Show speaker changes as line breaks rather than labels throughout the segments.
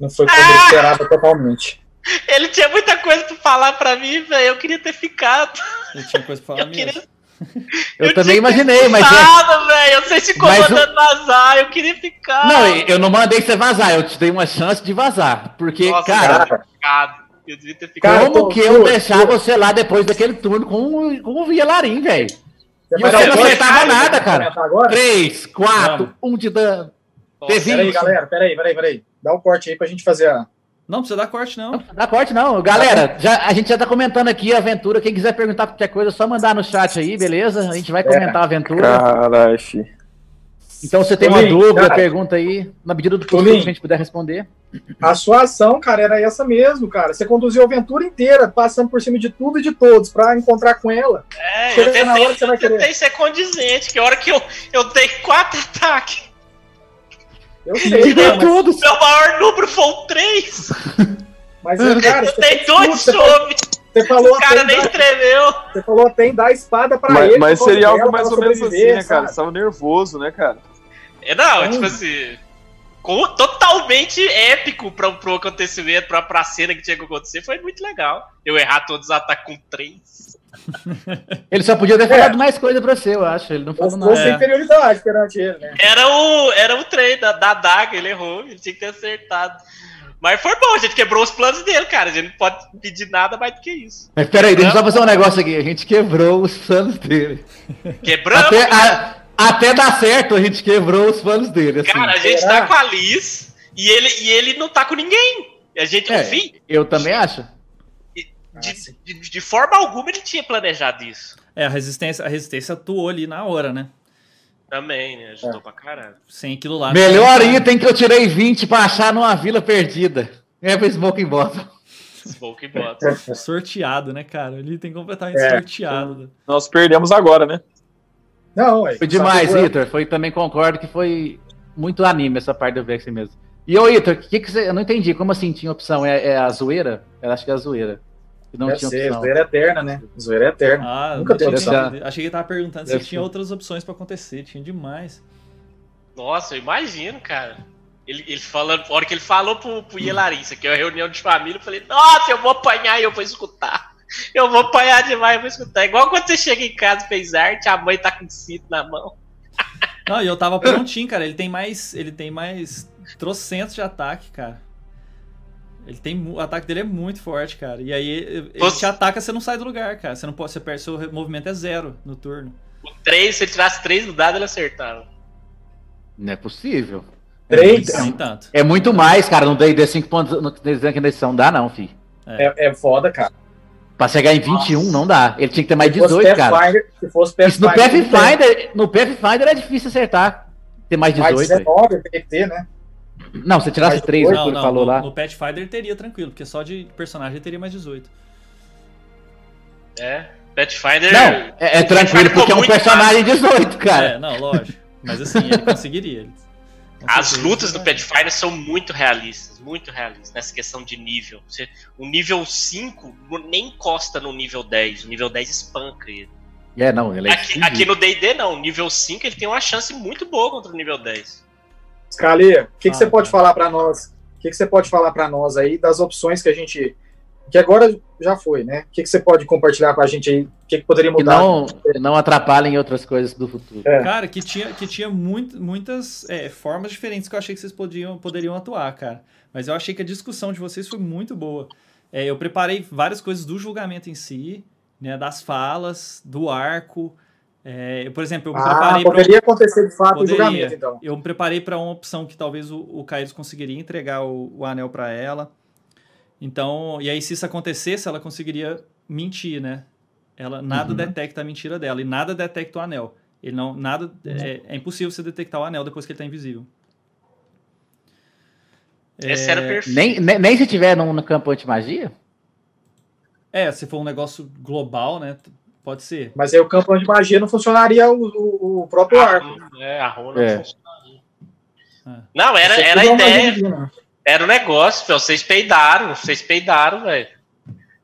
não foi como eu esperava totalmente.
Ele tinha muita coisa pra falar pra mim, velho. Eu queria ter ficado.
Eu tinha coisa pra falar
Eu
mesmo.
queria-
Eu,
Eu tinha
também imaginei,
é-
mas.
Nada, velho. Vocês se
Mas o-
incomodando vazar. Eu queria ficar.
Não, eu não mandei você vazar, eu te dei uma chance de vazar. Porque,
Nossa,
cara,
eu devia ter ficado. Eu devia ter ficado.
Cara,
como
eu tô-
que eu
eu-
deixar você lá depois daquele turno com, com o Vielarim, velho?
Você
E
vai
você
dar
não
um
acertava
detalhe
nada,
pra
cara.
comentar Agora?
3, 4, 1 de dano.
Nossa,
Teve-
Peraí, galera, peraí, peraí, peraí. Dá um corte aí pra gente fazer a.
Não precisa dar corte, não.
Não dá corte, não. Galera, já, a gente já tá comentando aqui a aventura. Quem quiser perguntar qualquer coisa, é só mandar no chat aí, beleza? A gente vai comentar a aventura.
Caralho, fi.
Então, se você tem uma
Tolinho,
dúvida,
cara.
pergunta aí, na medida do possível,
Tolinho.
se a gente puder responder.
A sua ação, cara, era essa mesmo, cara. Você conduziu a aventura inteira, passando por cima de tudo e de todos, pra encontrar com ela.
É, eu
Chega na hora
tentei,
que você vai
eu
querer.
tentei ser condizente, que a hora que eu, eu dei quatro ataques,
Eu sei, cara, mas,
Todos.
meu maior número foi um três.
mas é, cara,
Eu
você
dei
fez tudo,
dois
você,
chove,
você falou
o
até
cara
em
nem
dar,
escreveu.
você falou até em dar a espada pra
Mas,
ele.
mas
por causa
seria algo
dela,
mais
pra
ou menos assim,
sobreviver,
né, cara? Você tava nervoso, né, cara?
É, não,
Hum.
tipo assim. co- Totalmente épico pra, pro acontecimento, pra, pra cena que tinha que acontecer, foi muito legal. Eu errar todos os ataques com três.
Ele só podia ter
É.
falado mais coisa pra você, eu acho. Ele não falou
Mostrou
nada.
sua
É.
inferioridade perante ele, né?
Era o, era o trem da, da Daga, ele errou, ele tinha que ter acertado. Mas foi bom, a gente quebrou os planos dele, cara. A gente não pode pedir nada mais do que isso.
Mas peraí, deixa eu só fazer
É.
um negócio aqui. A gente quebrou os planos dele.
Quebramos,
Até, a- até dar certo, a gente quebrou os planos dele. Assim.
cara, a gente
será?
tá com a Liz e ele, e ele não tá com ninguém. A gente,
É.
enfim,
Eu também acho.
de, de, de forma alguma ele tinha planejado isso.
É, a resistência, a resistência atuou ali na hora, né?
Também, né? Ajudou pra caralho.
Sem aquilo lá. Tá
Melhor item que eu tirei 20 pra achar numa vila perdida. É pro Smoking Bottom.
Smoke Bottom.
Sorteado, né, cara? Ele tem completamente
É.
sorteado.
Nós perdemos agora, né?
Não, ué,
Foi demais,
sabe,
Vitor. Foi também concordo que foi muito anime essa parte do Vexen mesmo. E ô, Vitor, que que você. Eu não entendi. Como assim tinha opção? É, é a zoeira? Eu acho que é a zoeira. Que não
Deve
tinha
ser,
opção.
zoeira eterna, né? Zoeira eterna.
Ah,
Nunca teve
deixa eu
essa.
entender. Achei que ele tava perguntando se
Deve
tinha
ser.
outras opções pra acontecer. Tinha demais.
Nossa, eu imagino, cara. Ele, ele falando, a hora que ele falou pro, pro Ielarim, isso aqui é uma reunião de família, eu falei, nossa, eu vou apanhar e eu vou escutar. Eu vou apanhar demais, eu vou escutar. Igual quando você chega em casa, fez arte, a mãe tá com cinto na mão.
Não, e eu tava prontinho, cara. Ele tem mais. Ele tem mais trocentos de ataque, cara. Ele tem. mu- O ataque dele é muito forte, cara. E aí ele
Você-
te ataca, você não sai do lugar, cara. Você não pode. Você perde, seu re- movimento é zero no turno.
O 3, se ele tirasse 3 do dado, ele acertava.
Não é possível.
Três
Nem tanto.
É muito mais, cara. No DD 5.0 no DD que na edição dá, não, fi.
é, é foda, cara.
Pra chegar em 21 não dá. Ele tinha que ter mais
Se fosse
18, cara.
Pathfinder- é Se fosse
Isso no Pathfinder, no Pathfinder é difícil acertar. Ter mais
mais
18. velho.
19, PT, né?
Não, se tirasse
Mais
3,
Foi,
Não,
ele
não,
falou
no,
lá.
no Pathfinder ele teria tranquilo, porque só de personagem ele teria mais 18.
É. Pathfinder.
Não, é, é tranquilo, porque é um
Muito
personagem 18, cara.
É, não, lógico. Mas assim, ele conseguiria. Ele, com
As
certeza.
lutas do Pathfinder são muito realistas, muito realistas nessa questão de nível. Você, o nível 5 não- nem encosta no nível 10, o nível 10 espanca ele.
É, não, ele é
Aqui,
esquisito.
aqui no DD não, o nível 5 ele tem uma chance muito boa contra o nível 10.
Scalia, o que, que
Ah,
tá.
você pode
cara.
falar pra nós? O que, que você pode falar pra nós aí das opções que a gente. Que agora já foi, né? O que, que você pode compartilhar com a gente aí? O que, que poderia
E
mudar?
não, não atrapalhem outras coisas do futuro.
Cara, que tinha, que tinha muito- muitas é, formas diferentes que eu achei que vocês podiam, poderiam atuar, cara. Mas eu achei que a discussão de vocês foi muito boa. É, eu preparei várias coisas do julgamento em si, né? Das falas, do arco. É, eu, por exemplo, eu me
ah,
preparei pra-
um-
poderia acontecer de fato o
Poderia.
julgamento, então.
eu me preparei para uma opção que talvez o, o Kairos conseguiria entregar o, o anel para ela. Então, e aí se isso acontecesse, ela conseguiria mentir, né? Ela nada
Uhum.
detecta a mentira dela e nada detecta o anel. Ele não, nada é, é impossível você detectar o anel depois que ele tá invisível.
Essa era perfeita.
Nem, nem, nem se tiver num, no campo anti-magia?
É, se for um negócio global, né? t- Pode ser.
Mas aí o campo de magia não funcionaria o, o- o próprio
A
arco.
runa, é, a runa
É.
não funcionaria. Não, era, era a
Isso é tudo uma
ideia,
magia divina.
era o negócio, velho. Vocês peidaram, vocês peidaram, velho.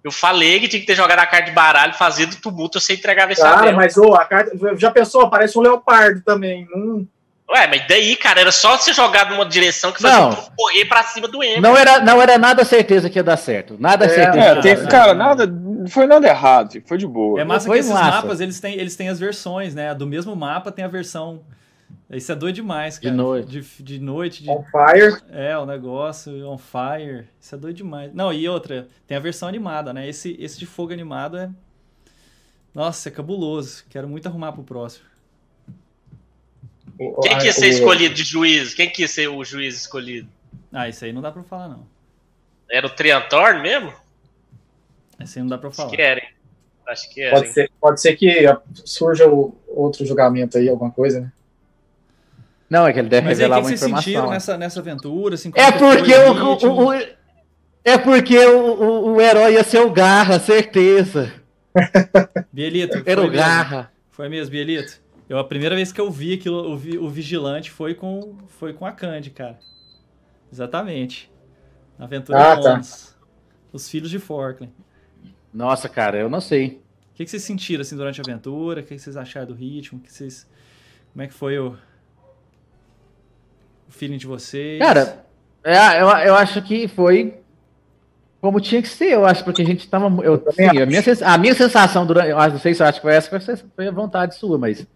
Eu falei que tinha que ter jogado a carta de baralho, fazido tumulto, você entregava esse
Cara,
anel.
mas ô, a carta. Já pensou? Parece um leopardo também. Hum,
Ué, mas daí, cara, era só você jogar numa direção que fazia
Não.
o povo correr pra cima do Emo.
Não era, não era nada certeza que ia dar certo. Nada
É,
certeza.
É,
que ia
tem-
dar certo.
cara, nada. Não foi nada errado, filho, foi de boa.
É massa
Foi
que esses
massa.
mapas, eles têm, eles têm as versões, né? Do mesmo mapa tem a versão... Isso é doido demais,
De
cara.
noite.
De, de noite, de-
On Fire.
É, o negócio, on fire. Isso é doido demais. Não, e outra, tem a versão animada, né? Esse, esse de fogo animado é... Nossa, é cabuloso. Quero muito arrumar pro próximo.
o-
Quem que ia
a-
ser
o-
escolhido de juiz? Quem que ia ser o juiz escolhido?
Ah, isso aí não dá pra falar, não.
Era o Triantorn mesmo?
Isso aí não dá pra
Acho
falar.
que era, hein? Acho que era.
Pode
hein?
ser, pode ser que surja o- outro julgamento aí, alguma coisa, né?
Não, é que ele deve
Mas aí, o
revelar
que que
uma
vocês
informação.
sentiram nessa, nessa aventura? assim, como
É
que tipo-
porque
foi
o,
ritmo?
o- o- é porque o, o, o herói ia ser o Garra, certeza.
Bielito, foi
Era o
mesmo,
Garra.
foi mesmo, Bielito. Eu, a primeira vez que eu vi aquilo, o, vi- o Vigilante foi com, foi com a Candy, cara. Exatamente. Na aventura
Ah,
de
tá.
Mons. Os filhos de Forkland.
Nossa, cara, eu não sei.
O que, que vocês sentiram assim, durante a aventura? O que, que vocês acharam do ritmo? O que vocês... Como é que foi o... o feeling de vocês?
Cara, é, eu, eu acho que foi como tinha que ser, eu acho, porque a gente tava. mu- Eu,
também
sim, a, minha sens- a minha sensação durante. Eu acho- não sei se eu acho que foi essa, foi, foi a vontade sua, mas.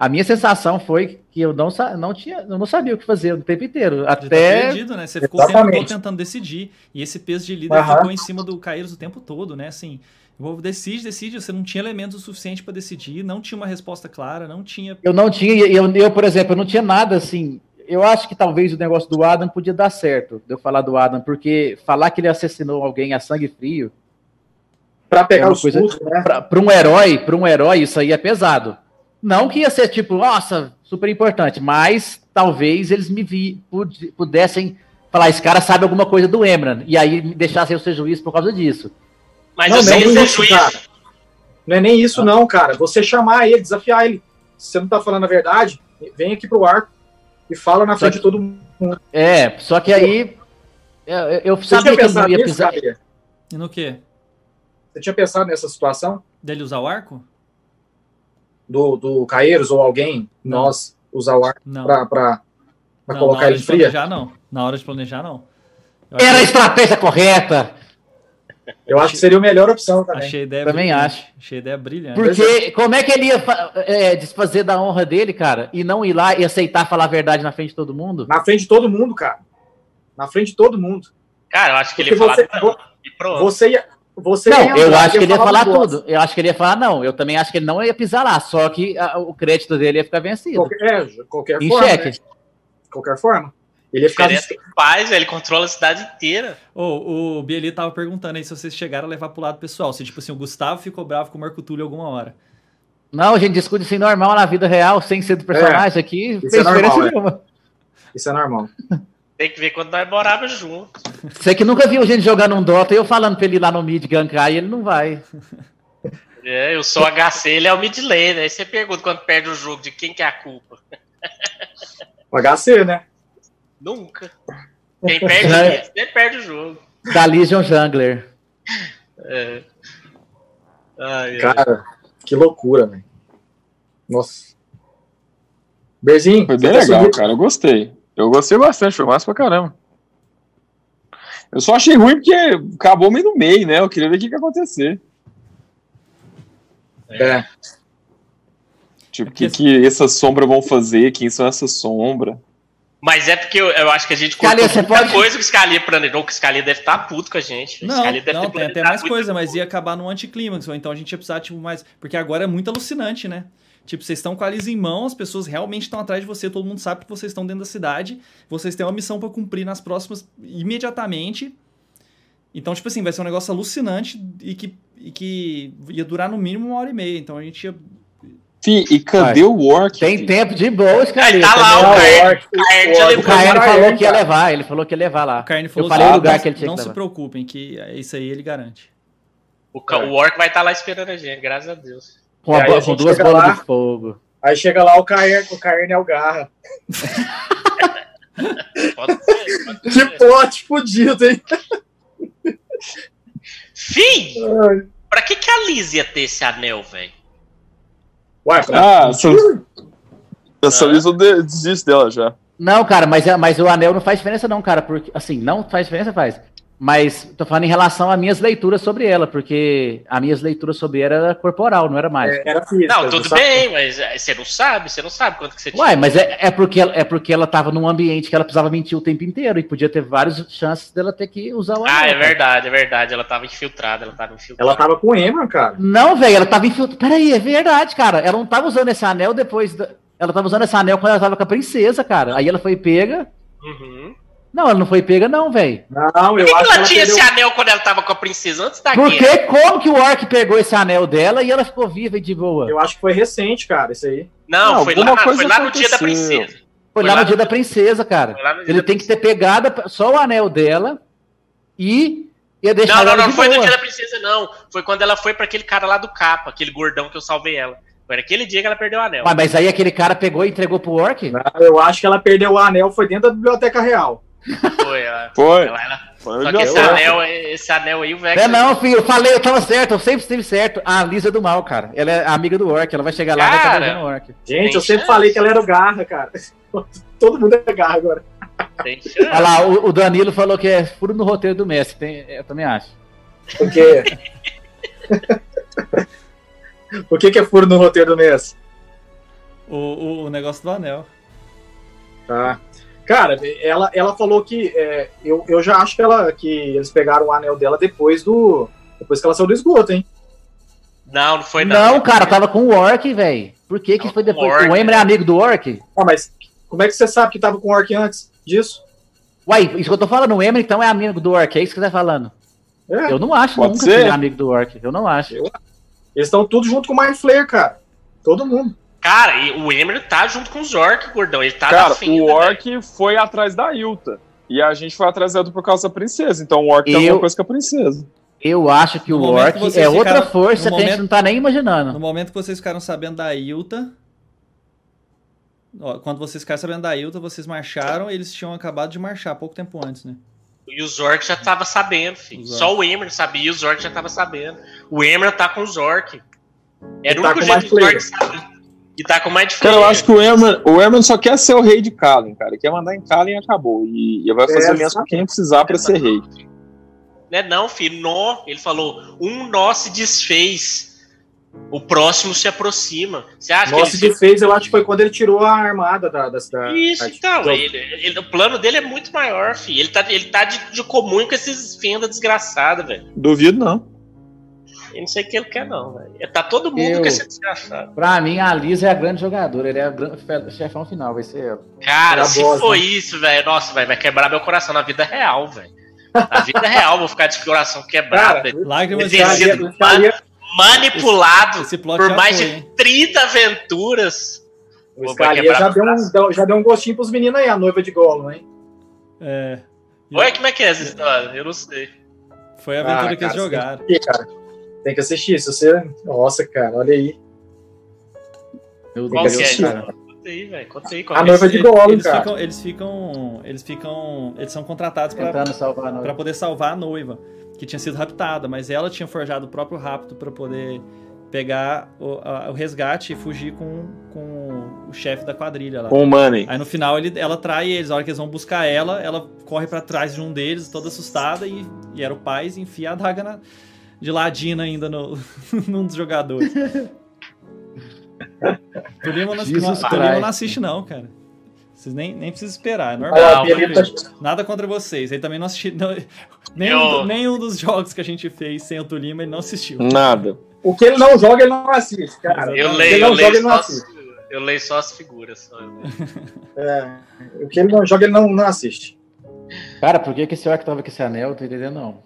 A minha sensação foi que eu não, sa- não tinha, eu não sabia o que fazer o tempo inteiro.
Você tá
Até.
perdido, né? Você ficou o tempo todo
Exatamente.
tentando decidir. E esse peso de líder
Aham.
ficou em cima do Caeiros o tempo todo, né? Assim, o povo decide, decide. Você não tinha elementos o suficiente pra decidir, não tinha uma resposta clara, não tinha.
Eu não tinha, e eu, eu, por exemplo, eu não tinha nada assim. Eu acho que talvez o negócio do Adam podia dar certo, de eu falar do Adam, porque falar que ele assassinou alguém a sangue frio,
Pra pegar
É uma
os
coisa-
custos, né?
para um herói, para um herói, isso aí é pesado. Não que ia ser tipo, nossa, super importante, mas talvez eles me vi, pud- pudessem falar, esse cara sabe alguma coisa do Emran, e aí me deixassem eu ser juiz por causa disso.
Mas
Não,
eu sei
não,
que
não,
ser juiz. Ah.
cara. Não é nem isso, não, cara. Você chamar ele, desafiar ele. Se você não tá falando a verdade, vem aqui pro ar e fala na frente de todo mundo.
É, só que aí é, eu, eu
Você tinha
sabia que eu não
pensado
ia
nisso,
pisar.
cara?
E no quê?
Você tinha pensado nessa situação
Dele usar o arco?
do, do Caeiros ou alguém,
Não.
nós, usar o ar
Não.
pra, pra, pra
não na
colocar
hora
ele
de
fria?
planejar, não. Na hora de planejar, não. Eu
Era a
achei,
estratégia correta!
Eu acho que seria a melhor opção também.
achei a ideia
Também
brilhante.
acho.
Achei a ideia brilhante.
Porque como é que ele ia fa- é, desfazer da honra dele, cara, e não ir lá e aceitar falar a verdade na frente de todo mundo?
Na frente de todo mundo, cara. Na frente de todo mundo.
Cara, eu acho que ele ia
Porque
falar.
você-
não, e pronto.
Você ia. Você
Não,
ia
eu
entrar,
acho que ele ia falar
do negócio.
tudo. Eu acho que ele ia falar não. Eu também acho que ele não ia pisar lá, só que a- o crédito dele ia ficar vencido.
Qualquer, é, de qualquer
Em
forma. né?
xeque.
De qualquer forma. Ele ia ficar.
Diferença que faz, velho, ele controla a cidade inteira.
Ô, o Bieli tava perguntando aí se vocês chegaram a levar pro lado pessoal. Se, tipo assim, o Gustavo ficou bravo com o Marco Túlio alguma hora.
Não, a gente discute assim normal na vida real, sem ser do personagem
É.
aqui.
Isso
Fez
é normal,
diferença
é.
nenhuma.
Isso é normal.
Tem que ver quando nós morávamos juntos.
Você que nunca viu gente jogando um Dota e eu falando pra ele ir lá no mid gankar e ele não vai.
É, eu sou HC, ele é o mid laner. Aí você pergunta quando perde o jogo de quem que é a culpa.
O HC, né?
Nunca. Quem perde,
Já é.
é. você perde o jogo.
Da Legion Jungler.
É. Ai, ai.
Cara, que loucura, velho. Nossa. Berzinho,
Foi bem
você tá
legal,
subindo?
cara. Eu gostei. Eu gostei bastante, foi massa pra caramba. Eu só achei ruim porque acabou meio no meio, né? Eu queria ver o que, que ia acontecer.
É.
Tipo, o
Porque-
que, que essas sombras vão fazer? Quem são essas sombras?
Mas é porque eu, eu acho que a gente
Scalia,
cortou
você
muita
pode-
coisa que o Scalia planejou, que o Scalia deve estar puto com a gente. o
Não,
Scalia deve
não
ter
tem até
planejado
mais
muita
coisa, mas ia acabar num anticlímax, ou então a gente ia precisar, tipo, mais. Porque agora é muito alucinante, né? Tipo, vocês estão com a Lisa em mão, as pessoas realmente estão atrás de você, todo mundo sabe que vocês estão dentro da cidade, vocês têm uma missão pra cumprir nas próximas imediatamente. Então, tipo assim, vai ser um negócio alucinante e que, e que ia durar no mínimo uma hora e meia. Então a gente ia.
Fih, e cadê o Orc?
Tem
fi?
tempo de boa, esse cara.
Ele tá lá,
Ah,
o
o
Caio-
Orc, o
Caio
Orc,
já
O
Caio
levou
Caio
era
falou
ele,
que ia
cara.
levar, ele falou que ia levar lá.
O Carne
Eu
falou
falei
assim,
o
"Ah,
lugar
mas
que ele tinha
não
que
se
levar.
preocupem, que isso aí ele garante.
O, ca- o Orc vai estar lá esperando a gente, graças a Deus.
Com, a
Aí
bo-
a gente
com duas
chega
bolas
lá.
de fogo.
Aí chega lá o Caern, o Caern é o Garra.
Pode ser, pode
Que
ser.
plot fudido, hein?
Fim! Pra que, que a Liz ia ter esse anel, velho?
Ué, pra-
Ah, essas, Essa
É.
Ah.
lista eu de- desisto dela já.
Não, cara, mas, é- mas o anel não faz diferença, não, cara. Porque, assim, não faz diferença, faz. Mas tô falando em relação às minhas leituras sobre ela, porque as minhas leituras sobre ela era corporal, não era mais.
é, Era física.
Não, tudo
sabe?
bem, mas é, você não sabe, você não sabe quanto que você
Uai, mas é, é porque ela, é porque ela tava num ambiente que ela precisava mentir o tempo inteiro e podia ter várias chances dela ter que usar o
Ah, é
cara.
verdade, é verdade. Ela tava infiltrada, ela tava infiltrada.
Ela tá- tava com o Emran, cara.
Não, velho, ela tava infiltrada. Peraí, é verdade, cara. Ela não tava usando esse anel depois. da- Ela tava usando esse anel quando ela tava com a princesa, cara. Aí ela foi pega.
Uhum.
Não, ela não foi pega, não, velho.
Não,
Por
eu
que, que
acho
ela tinha
perdeu-
esse anel quando ela tava com a princesa antes da guerra?
Porque como que o Orc pegou esse anel dela e ela ficou viva e de boa?
Eu acho que foi recente, cara, isso aí.
Não,
Não,
foi, lá,
alguma
na-
coisa
foi lá no dia da
aconteceu.
princesa.
Foi lá no dia da princesa, cara.
Foi lá no dia
Ele
da
tem que ter pegado só o anel dela e ia deixar
Não, não,
ela
não,
de
não foi no
boa.
dia da princesa, não. Foi quando ela foi pra aquele cara lá do capa, aquele gordão que eu salvei ela. Foi naquele dia que ela perdeu o anel.
Ah, Mas, mas aí aquele cara pegou e entregou pro Orc?
Não, eu acho que ela perdeu o anel, foi dentro da biblioteca real.
Foi, ela,
Foi.
ela, ela-
foi
Só que
já
esse
foi.
anel, esse anel aí, o Vex.
É não, filho, eu falei, eu tava certo, eu sempre estive certo. A Lisa é do mal, cara. Ela é amiga do Orc, ela vai chegar lá e vai
Cara.
acabar usando o Orc.
Gente,
Tem
eu sempre
chance.
falei que ela era o Garra, cara. Todo mundo é Garra agora.
Tem chance.
Olha lá, o, o Danilo falou que é furo no roteiro do Messi, tem- eu também acho.
Porque. o que, que é furo no roteiro do mês?
O, o, o negócio do anel.
Tá. Cara, ela, ela falou que. é, eu, eu já acho que, ela, que eles pegaram o anel dela depois do. Depois que ela saiu do esgoto, hein?
Não, não foi
Não,
não.
cara, tava com o Orc, velho. Por que que
Tava
foi
com o
depois?
Orc.
O Emre é amigo do Orc?
Ah, mas como é que você sabe que tava com o Orc antes disso?
Uai, isso que eu tô falando, o Emre então é amigo do Orc, é isso que você tá falando.
É.
Eu não acho
Pode
nunca
ser.
que ele é amigo do Orc, eu não acho.
Eles estão tudo junto com o Mind Flayer, cara. Todo mundo.
Cara, e o Emer tá junto com o Zork, gordão. Ele tá
Cara,
na fenda,
o
velho.
Orc foi atrás da Ilta. E a gente foi atrás dela por causa da princesa. Então o Orc tem
Eu-
alguma coisa com a princesa.
Eu acho que
No
o
momento
Orc
que vocês
é outra
ficaram-
força
no
que a
momento-
gente não tá nem
No
imaginando.
momento que vocês ficaram sabendo da Ilta. ó, Quando vocês ficaram sabendo da Ilta, vocês marcharam eles tinham acabado de marchar pouco tempo antes, né?
E o Zork já tava sabendo, filho.
O Zork.
Só o Emer sabia e o Zork já tava sabendo. O Emer tá com o Zork. Era
E
o
tá com
único jeito
mais
do Zork
player.
saber. E tá com mais
Cara, eu acho que o Herman, o Herman só quer ser o rei de Kallen, cara. Ele Quer mandar em Kallen e acabou. E, e vai fazer
É,
aliança com quem precisar pra ser rei.
Né, não, filho, nó. Ele falou, um nó se desfez. O próximo se aproxima. Você acha
Nossa,
que
que
ele...
fez, eu acho que foi quando ele tirou a armada da. da, da
Isso,
da-
então.
da-
Ele, ele- o plano dele é muito maior, filho. Ele tá, ele tá de, de comum com esses fenda desgraçado, velho.
Duvido não.
Eu não sei o que ele quer, não, velho. Tá todo mundo
Eu-
com esse desgraçado.
Pra mim, a Lisa é a grande jogadora, ele é a grande fe- chefão final, vai ser ela.
Cara,
Era
se
boss,
for
né?
isso, velho, nossa, velho, vai quebrar meu coração na vida real, velho. Na vida real, eu vou ficar de coração quebrado,
Cara,
velho.
Lágrimas de
Ele
águia.
dizia-
Faria- faria-
manipulado
Esse plot
por
já
mais
foi,
de
hein?
30 aventuras.
O
Vai
Scalia
quebrar
já
meu
deu, um, deu- já deu um gostinho pros meninos aí, a noiva de Gollum, hein?
É. E
Hum.
Olha como é que é essa história, eu não sei.
Foi a aventura
Ah,
que eles
cara,
jogaram.
E, cara, tem que assistir. Se você. Nossa, cara, olha aí.
Meu
Qual
Deus,
que é,
cara.
Conta aí, velho, conta aí.
A
Qual que é
noiva
esse-
de Gollum,
Eles
cara.
ficam, eles ficam. Eles ficam. Eles são contratados pra,
Tentando salvar a noiva.
pra poder salvar a noiva, que tinha sido raptada, mas ela tinha forjado o próprio rapto pra poder pegar o, a- o resgate e fugir com, com o chefe da quadrilha lá.
Com o Money.
Aí no final ele, ela trai eles, a hora que eles vão buscar ela, ela corre pra trás de um deles, toda assustada, e, e era o pai, e enfia a daga na- de ladina ainda no, num dos jogadores. Tolima não,
Jesus
Tolima não
Christ.
assiste não, cara. Vocês nem, nem precisam esperar, é normal.
Olha lá,
Não,
o Bielito
tranquilo.
tá-
Nada contra vocês. Ele também não assistiu. não-
Eu-
nenhum, nenhum dos jogos que a gente fez sem o Tolima, ele não assistiu.
Hum.
Nada.
O que ele não joga, ele não assiste, cara.
Eu
Não,
o que
leio,
ele
eu
não joga,
leio,
ele não
só as,
assiste.
eu leio só as figuras. Só, eu leio.
É, o que ele não joga, ele não, não assiste.
Cara, por que que esse Orc tava com esse anel? Eu tô entendendo, não.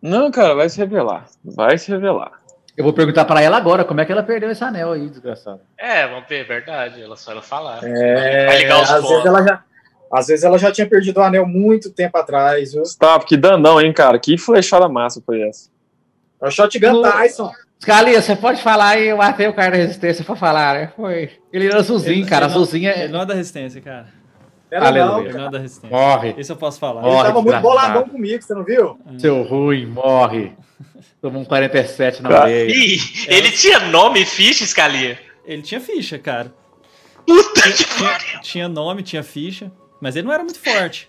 Não, cara, vai se revelar. Vai se revelar.
Eu vou perguntar pra ela agora como é que ela perdeu esse anel aí, desgraçado.
é, vamos ver, é verdade, ela só ela falar.
É,
Vai ligar os
às,
pontos.
vezes ela já, às vezes ela já tinha perdido o anel muito tempo atrás. Viu?
Tá, porque danão, hein, cara. Que flechada massa foi essa.
É o Shotgun
No-
Tyson.
Scalia, você pode falar aí, eu matei o cara da resistência pra falar, né? Foi. Ele era azulzinho,
Ele-
cara.
ele não-
azulzinho é.
Ele não é da resistência, cara.
Era não,
Aleluia.
Ele
cara.
não é da resistência.
Morre.
Isso eu posso falar.
Ele
Morre,
tava muito
desgraçado.
boladão comigo, você não viu?
Seu ruim, morre. Tomou um 47 na
Cara,
orelha.
Ih, ele tinha nome, ficha, Scalia?
Ele tinha ficha, cara. tinha, tinha- tinha nome, tinha ficha, mas ele não era muito forte.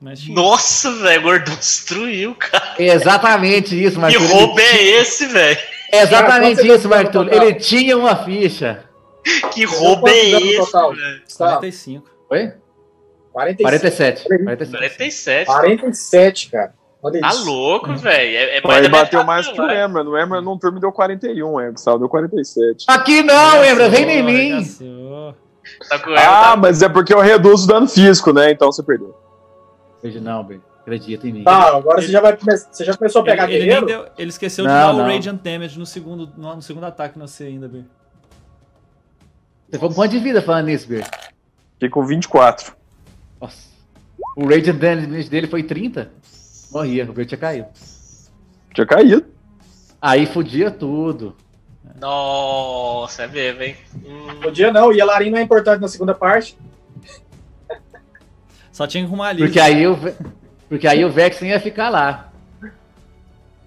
Mas tinha.
Nossa, velho, o Gordon destruiu, cara.
Exatamente isso,
Que
Marcelo.
roubo é esse, velho?
É exatamente
Cara, quanto tá
isso, Martulo.
total?
Ele tinha uma ficha.
Que roubo é
Quantos anos
esse,
total?
velho?
Tá,
45.
Oi?
47.
47. 47.
47.
47, cara. Olha
Tá
Ah, isso.
louco, velho. É, é
Mas
da
ele bateu
metade,
mais que o
velho.
Emran. O Emran num turno deu 41, é, Gustavo, deu 47.
Aqui não, Embra, vem
Arregaçou,
em mim.
arregaçou.
Só que o Emran
Ah,
tá-
mas é porque eu reduzo o dano físico, né? Então você perdeu.
Beijo, não, Beijo. Acredita em mim.
Tá, agora
Ele-
você já vai começar. Você já começou a pegar
Ele, ele nem
guerreiro?
deu- ele esqueceu de
Não,
dar o
não.
Radiant Damage no segundo, no, no segundo ataque no C ainda, Bê.
Você foi um ponto de vida falando nisso, Beijo.
Fiquei com 24.
Nossa. O Radiant Damage dele foi 30. Morria, o Beijo tinha caído.
Tinha caído.
Aí fudia tudo.
Nossa, é mesmo, hein? Hum,
Podia não, e a Larim não é importante na segunda parte.
Só tinha que arrumar ali.
Porque aí o, Ve- porque aí o Vex ia ficar lá.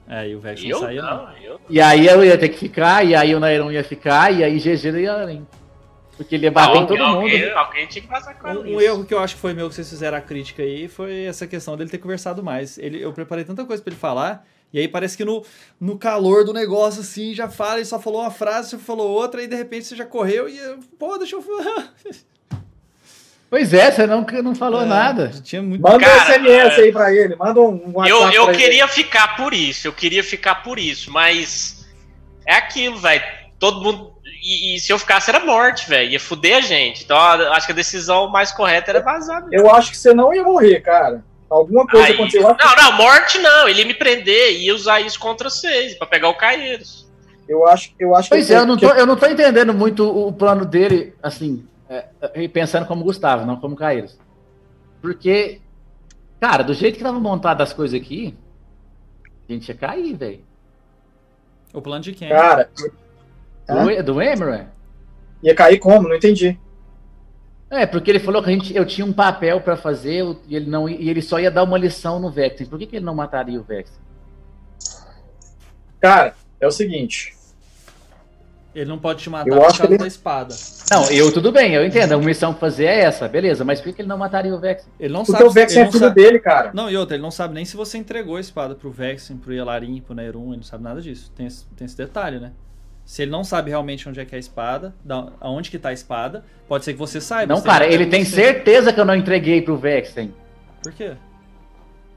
É, e o Vex não
eu
saiu, não.
não, eu
E aí eu ia ter que ficar, e aí o Nairon ia ficar, e aí GG não ia além. Porque ele ia bater em
Alguém-
Tá todo
alguém,
mundo.
alguém tinha que passar com a
Um, um
Alice.
erro que eu acho que foi meu que vocês fizeram a crítica aí foi essa questão dele ter conversado mais. Ele, eu preparei tanta coisa pra ele falar, e aí parece que no, no calor do negócio, assim, já fala, ele só falou uma frase, você falou outra, e de repente você já correu e. eu, Pô, deixa eu falar.
Pois é, você não, não falou
É,
nada.
Tinha muito.
Manda
Cara, é.
um SMS aí pra ele, manda um WhatsApp
Eu, eu
pra ele.
queria ficar por isso, eu queria ficar por isso, mas é aquilo, velho. Todo mundo. E, e se eu ficasse era morte, velho. Ia fuder a gente. Então eu acho que a decisão mais correta era vazar. mesmo.
Eu acho que você não ia morrer, cara. Alguma coisa
Aí-
aconteceu. Eu acho,
Não, não, morte não. Ele ia me prender e ia usar isso contra vocês, pra pegar o Caeiros.
eu acho, eu acho
Pois
que.
é, eu não, tô, eu não tô entendendo muito o o plano dele, assim, é, e pensando como Gustavo, não como Caíros. Porque, cara, do jeito que tava montado as coisas aqui, a gente ia cair, velho.
O plano de quem?
Cara, Hã?
Do, E- do Emery?
ia cair como? Não entendi.
É, porque ele falou que a gente, eu tinha um papel pra fazer eu- e ele, não, ia- e ele só ia dar uma lição no Vexen. Por que, que ele não mataria o Vexen?
Cara, é o seguinte.
Ele não pode te matar
Eu
por
acho
causa
que ele-
da espada.
Não, eu tudo bem, eu entendo. A missão pra fazer é essa, beleza, mas por que, que ele não mataria o Vexen?
Ele não
Porque
sabe
o Vex
ele
é
não
filho
sabe-
dele, cara.
Não, e outra, ele não sabe nem se você entregou a espada pro Vexen, pro Yelarin, pro Nerun, ele não sabe nada disso. Tem esse, tem esse detalhe, né? Se ele não sabe realmente onde é que é a espada, da, aonde que tá a espada, pode ser que você saiba.
Não,
Você
cara,
não-
ele tem
você-
certeza que eu não entreguei pro Vexen.
Por quê?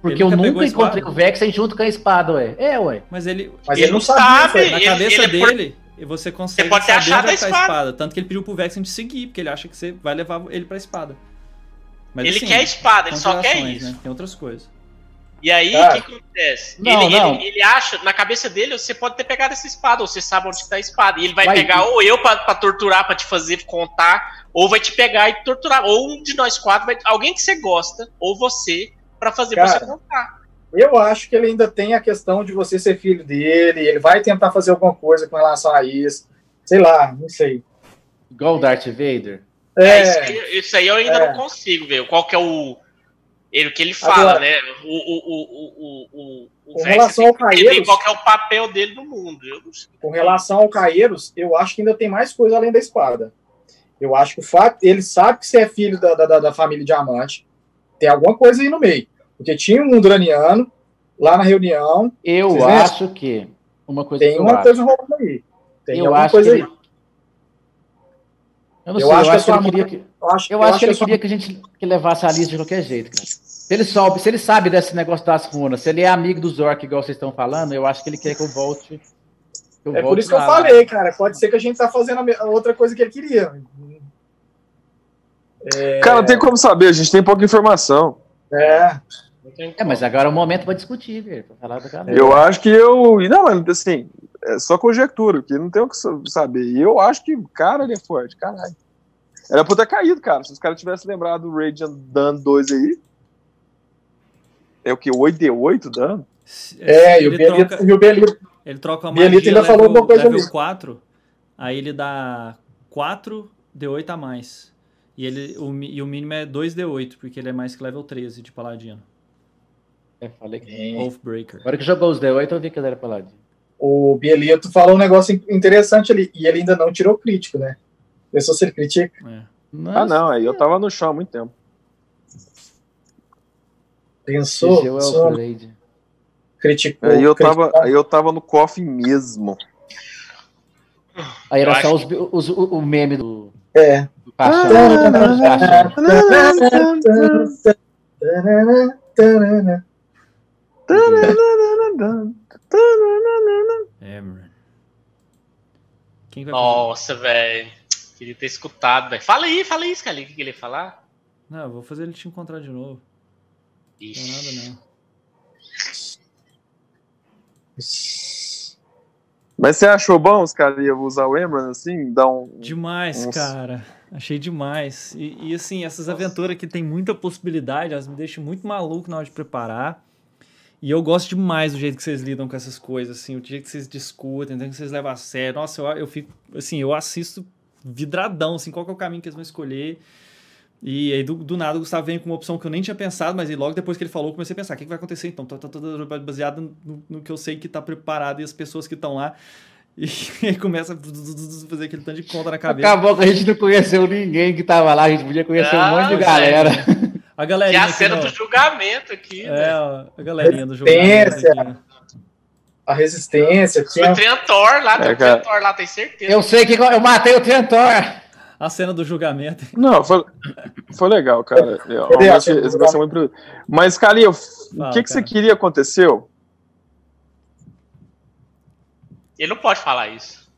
Porque
Ele
eu
nunca pegou
nunca
a espada?
encontrei o Vexen junto com a espada, ué. É, ué.
Mas ele.
Mas ele, não sabia.
sabe.
isso aí.
Na
Ele-
cabeça
ele é por-
dele, você consegue
Ele pode ter
saber
achado
onde é
a
que tá a
espada.
espada. Tanto que ele pediu pro Vexen te seguir, porque ele acha que você vai levar ele pra espada. Mas,
ele
assim,
quer a espada, ele
são
só quer
relações,
isso.
Né? Tem outras coisas.
E aí, o
Cara.
que acontece?
Não,
ele,
não.
Ele, ele acha, na cabeça dele, você pode ter pegado essa espada, ou você sabe onde está a espada. E ele vai
Vai.
pegar ou eu pra pra torturar, pra te fazer contar, ou vai te pegar e te torturar. Ou um de nós quatro, vai, alguém que você gosta, ou você, pra fazer
Cara.
você contar.
Eu acho que ele ainda tem a questão de você ser filho dele. Ele vai tentar fazer alguma coisa com relação a isso. Sei lá, não sei.
Igual o Darth Vader.
É,
É,
isso, aí, isso aí eu ainda
é.
não consigo ver. Qual que é o. Ele, o que ele fala,
Agora.
né? O, o, o, o, o, o
Com
Vex
relação
tem que
ao
entender
Caeiros-
Qual que é o papel dele no mundo? Eu não sei.
com relação ao Caeiros, eu acho que ainda tem mais coisa além da espada. Eu acho que o fato, ele sabe que você é filho da, da- da, da família Diamante, tem alguma coisa aí no meio. Porque tinha um duraniano lá na reunião,
Eu
Vocês
acho que. Uma coisa
tem
que
uma
eu
coisa rolando aí. Tem
eu
alguma
acho
coisa
que.
aí.
Eu não
Eu
sei,
acho que
eu acho que
a
ele
sua
queria que.
Eu acho,
Eu acho que ele
só-
queria que a gente que levasse a Alice de qualquer jeito, cara. Se ele sobe, se ele sabe desse negócio das runas, se ele é amigo do Zork, igual vocês estão falando, eu acho que ele quer que eu volte. que eu
É por
volte
isso que eu
lá.
falei, cara. Pode ser que a gente tá fazendo a me- a outra coisa que ele queria.
Cara, não tem como saber, a gente tem pouca informação.
É.
Não tem
É, mas agora é o momento pra discutir, velho. Pra falar do cara.
Eu acho que eu. e Não, mas assim, é só conjectura, porque não tem o que sa- saber. E eu acho que, cara, ele é forte, caralho. Era pra eu ter caído, cara. Se os caras tivessem lembrado do Radiant dano 2 aí. É o que? 8D8 dano?
Se-
É,
se
e o
ele
Bielito,
troca-
e o Bielito-
Ele troca a magia
Bielito ainda
level,
falou alguma coisa
level
ali.
4, aí ele dá 4 D8 a mais. E, ele, o, mi- e o mínimo é 2 D8, porque ele é mais que level 13 de paladino.
Eu falei que-
Oathbreaker.
Agora que jogou os D8, eu vi que ele era paladino.
o Bielito falou um negócio in- interessante ali. E ele ainda não tirou crítico, né? Pessoa se ele critica.
É.
Ah, não, aí eu tava no chão há muito tempo.
Pensou,
Gigel é o
pensou,
upgrade.
criticou.
Aí É, eu
criticou.
tava, aí eu tava no cofre mesmo.
Aí era
Eu acho
só os, os- o, o meme do
É.
do
Ah,
caixão. do caixão.
Tanana, tanana.
Emran. Quem vai fazer?
Nossa, velho. Queria ter escutado, velho. Fala aí, fala aí, Scalinho. O que, que ele ia falar?
Não, eu vou fazer ele te encontrar de novo. Não é
Ixi.
nada, não.
Mas você achou bom os caras iam usar o Emran assim? Dar um.
Demais,
Nossa.
cara. Achei demais. E, e, assim, essas aventuras que tem muita possibilidade, elas me deixam muito maluco na hora de preparar. E eu gosto demais do jeito que vocês lidam com essas coisas, assim, o jeito que vocês discutem, o jeito que vocês levam a sério. Nossa, eu, eu fico, assim, eu assisto vidradão, assim, qual que é o caminho que eles vão escolher. E aí, do, do nada, o Gustavo vem com uma opção que eu nem tinha pensado, mas aí logo depois que ele falou, eu comecei a pensar, o que, que vai acontecer então? Tá, tá, tá, tá, baseado no, no que eu sei que tá preparado e as pessoas que estão lá. E aí começa a fazer aquele tanto de conta na cabeça.
Acabou que a gente não conheceu ninguém que tava lá, a gente podia conhecer um
Ah,
monte de
velho.
galera.
A
E
galerinha
a
aqui,
cena
ó.
do julgamento aqui, né?
É,
velho.
ó, a galerinha do jogo. Aqui, né?
A resistência.
O
Tinha...
Triantor lá, tem
É,
o
cara.
Triantor lá, tem certeza.
Eu sei que eu matei o Trentor.
a cena do julgamento.
Não, foi, foi legal, cara. Eu,
Cadê
realmente,
a-
esse vai ser muito pro- Mas, Calinho,
Fala,
o que, que você
cara.
queria aconteceu?
Ele não pode falar isso.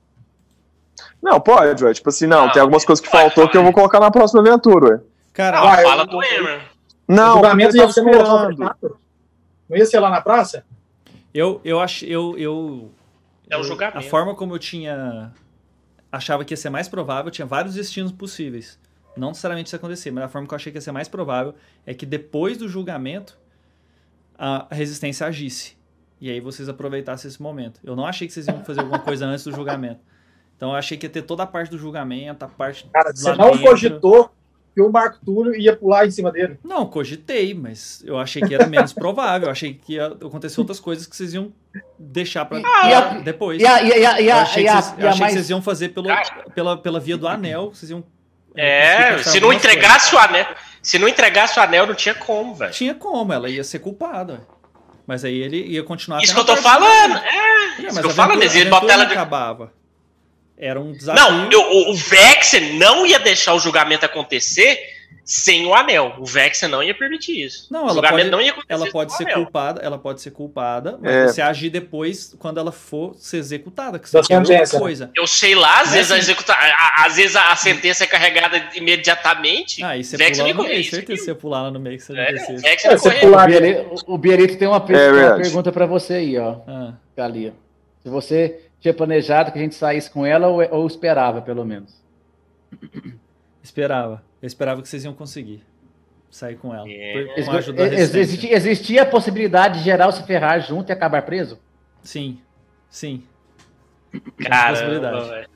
Não, pode, ué. Tipo assim, não,
Não,
tem algumas coisas que
pode,
faltou que eu vou colocar na próxima aventura, ué.
Cara,
Não,
Vai,
fala
eu-
do Emran.
O
Não,
julgamento
porque
ia
eu tava
ser né? no
um
local fechado? Não ia ser lá na praça?
eu, eu acho. Eu, eu,
É o
eu-
julgamento.
A forma como eu tinha. Achava que ia ser mais provável, tinha vários destinos possíveis. Não necessariamente isso ia acontecer, mas a forma que eu achei que ia ser mais provável é que depois do julgamento a resistência agisse. E aí vocês aproveitassem esse momento. Eu não achei que vocês iam fazer alguma coisa antes do julgamento. Então eu achei que ia ter toda a parte do julgamento, a parte.
Cara,
lá
você não
dentro.
cogitou que o Marco Túlio ia pular em cima dele.
Não, cogitei, mas eu achei que era menos provável. Eu achei que ia acontecer outras coisas que vocês iam deixar pra
E
Ah,
a-
depois.
E a, e a, e a, e
eu
a,
achei
e
que
a,
vocês,
e
eu
a
achei que
mais.
vocês iam fazer pelo, pela, pela via do anel. Vocês iam.
É,
conseguir
se
achar
não
alguma
entregasse o anel. Se não entregasse o anel, não tinha como,
coisa.
velho.
Tinha como, ela ia ser culpada. Mas aí ele ia continuar.
Isso que
até
eu tô
na parte-
falando. É.
Não,
isso
mas
que eu
a
falo,
aventura-
Nezinho,
a
ele bota
aventura
ela
não
de-
acabava. Era um desafio.
É, Não, eu- o, o Vexen não ia deixar o julgamento acontecer sem o anel. O Vexen não ia permitir isso.
Não,
o
ela
julgamento
pode-
não ia acontecer
Ela
sem
pode
o
ser
anel.
culpada, ela pode ser culpada, mas
É.
você agir depois quando ela for ser executada, que
Da
seria outra
sentença.
coisa.
Eu sei lá, às
Não é
vezes, a
assim.
executa- a- a- às vezes a a sentença é carregada imediatamente.
Ah, e você
Vex
pular
me
lá no meio,
corrige,
certeza que você ia pular lá no meio que você
É,
aconteceu.
Vexen
É,
vai
você
correr.
O
pular
Bielito- O Bielito tem uma, per-
É
uma
verdade.
pergunta pra você aí, ó,
Ah,
Galia. Se você tinha planejado que a gente saísse com ela ou, ou esperava, pelo menos.
esperava. Eu esperava que vocês iam conseguir sair com ela.
É.
Por- Com
Ex-
a ajuda da
ex-
resistência.
existi- existia a possibilidade de geral se ferrar junto e acabar preso?
Sim, sim.
Caramba,
possibilidade.
velho.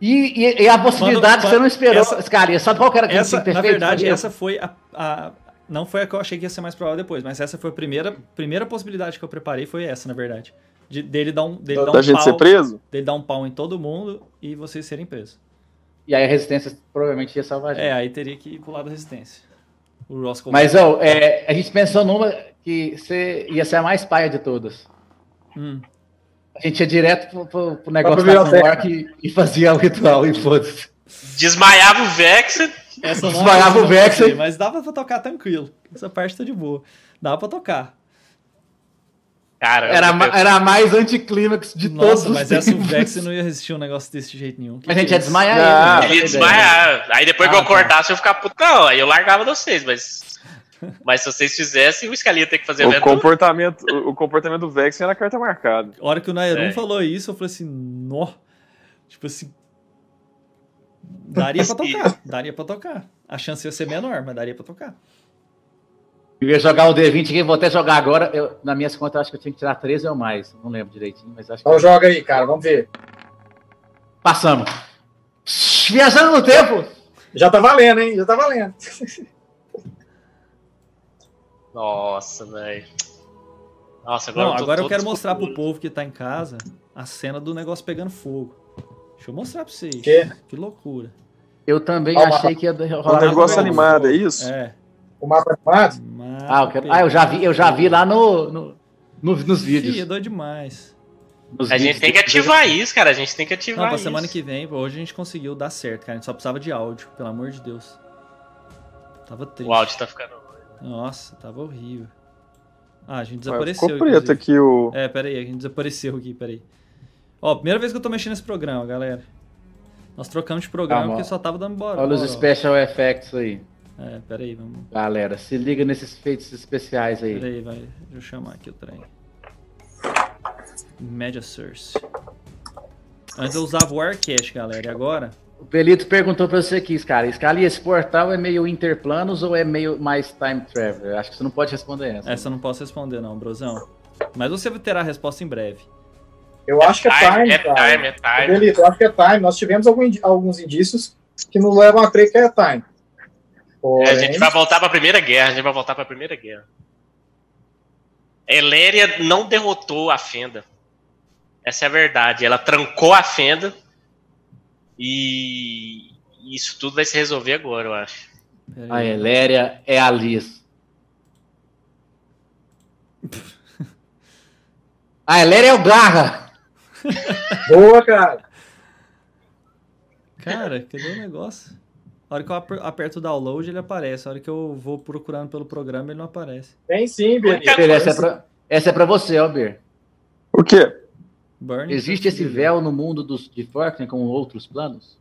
E, e- e a possibilidade
Quando-
que você não esperou,
essa-
Scalia, sabe qual que era que
Essa,
tinha que ter
na
feito,
verdade,
Scalia?
essa foi a, a- Não foi a que eu achei que ia ser mais provável depois, mas essa foi a primeira, primeira possibilidade que eu preparei, foi essa, na verdade. De- dele dar um, dele dar
Da
um
gente ser
pau.
preso?
Dele dar um pau em todo mundo e vocês serem presos.
E aí a resistência provavelmente ia salvar a gente.
É, aí teria que pular da resistência. O Roscoe.
Mas ó, é, a gente pensou numa que você ia ser a mais paia de todas.
Hum.
A gente ia direto pro, pro- pro negócio
Pra
da
biblioteca.
Sunwork e, e fazia o ritual e foda-se.
Desmaiava o Vexen.
Essa não é
Desmaiava
eu
o Vex,
pensei,
hein?
Mas dava pra tocar tranquilo. Essa parte tá de boa. Dava pra tocar.
Caramba.
Era, ma-
velho.
era a mais anticlímax de todos
Nossa,
os
mas
tempos.
essa o Vex não ia resistir um negócio desse jeito nenhum. Que
A gente
que
ia
é isso?
desmaiar
Não,
ele.
Ele ia
né?
desmaiar. Aí depois que
tá.
Ah,
eu acordasse, eu ia ficar putão. Aí eu largava de vocês, mas. Mas se vocês fizessem, o Scalia ia ter que fazer
O
aventura.
comportamento, o o comportamento do Vex era carta marcada.
A hora que o Nairon
É.
falou isso, eu falei assim, nó. Tipo assim. Daria pra tocar. Daria pra tocar. A chance ia ser menor, mas daria pra tocar.
Eu ia jogar o D20 que eu vou até jogar agora. Eu, na minhas contas, eu acho que eu tinha que tirar 13 ou mais. Não lembro direitinho, mas acho que.
Então joga aí, cara, vamos ver.
Passamos. Viajando no tempo!
Já tá valendo, hein? Já tá valendo.
Nossa, velho. Nossa, agora
Não,
eu tô
agora eu
todo
quero mostrar pro
desconfortável.
povo que tá em casa a cena do negócio pegando fogo. Deixa eu mostrar pra vocês.
Porque
Que loucura.
Eu também
Ó,
achei que ia rolar.
Um negócio
alguma coisa.
animado, é isso?
É.
O mapa animado?
Ah, eu, quero- ah, eu já vi, eu já vi lá no, no- no- nos
Ih, é
vídeos.
doido demais.
Nos
A gente
vídeos.
tem que ativar isso, cara. A gente tem que
Não,
ativar
pra
isso.
semana que vem, pô, hoje a gente conseguiu dar certo, cara. A gente só precisava de áudio, pelo amor de Deus. Tava triste.
O áudio tá ficando.
Nossa, tava horrível. Ah, a gente
Ah,
desapareceu.
Ficou preto
inclusive.
aqui o.
É, pera aí, a gente desapareceu aqui, pera aí. Ó, primeira vez que eu tô mexendo nesse programa, galera. Nós trocamos de programa
Calma,
porque só tava dando bora.
Olha os
bora.
special effects aí.
É, pera aí, vamos.
Galera, se liga nesses feitos especiais
Pera
aí.
aí, vai. Deixa eu chamar aqui o trem. Media Source. Antes eu usava o Arcash, galera. E agora?
O Pelito perguntou pra você aqui, cara. Scali, esse portal é meio interplanos ou é meio mais time travel? Eu Acho que você não pode responder essa.
Essa eu não posso responder, não, brosão. Mas você terá a resposta em breve.
Eu acho que é time,
é
cara.
time, é time.
Beleza, eu acho que é time. Nós tivemos algum indi- alguns indícios que nos levam a crer que é time.
É,
Porém,
a gente vai voltar pra Primeira Guerra. A gente vai voltar pra Primeira Guerra. Eléria não derrotou a Fenda. Essa é a verdade. Ela trancou a Fenda. E isso tudo vai se resolver agora, eu acho.
Pera
A
aí.
Eléria Ah, é a Liz. A Eléria é o Garra!
Boa, cara.
Cara, cadê o negócio? A hora que eu aper- aperto o download, ele aparece. A hora que eu vou procurando pelo programa, ele não aparece.
Tem sim, Benito.
Cara,
Essa é, pra, essa é pra você, ó, Bir.
O quê?
Burn
Existe esse véu no mundo dos, de Forkner com outros planos?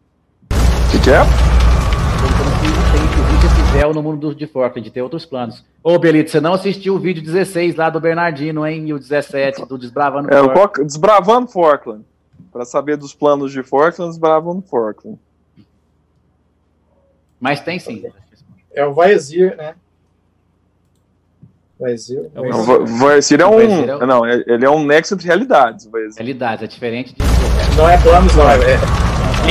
O que, que é?
Então, tem- Existe esse véu no mundo dos de Forkner, de ter outros planos. Ô, Belito, você não assistiu o vídeo 16 lá do Bernardino, hein? E o 17 do Desbravando
É, o
Forkner.
Coca- Desbravando Forkland. Pra saber dos planos de Forkland, desbravando Forkland.
Mas tem sim.
É o Vaezir, né? Vaezir.
É o
Não,
Vaezir.
Va- Vaesir é um.
Vaesir é um-
Não, é- ele é um nexo entre realidades. Vaesir.
Realidade, é diferente de.
Não é planos, não. É,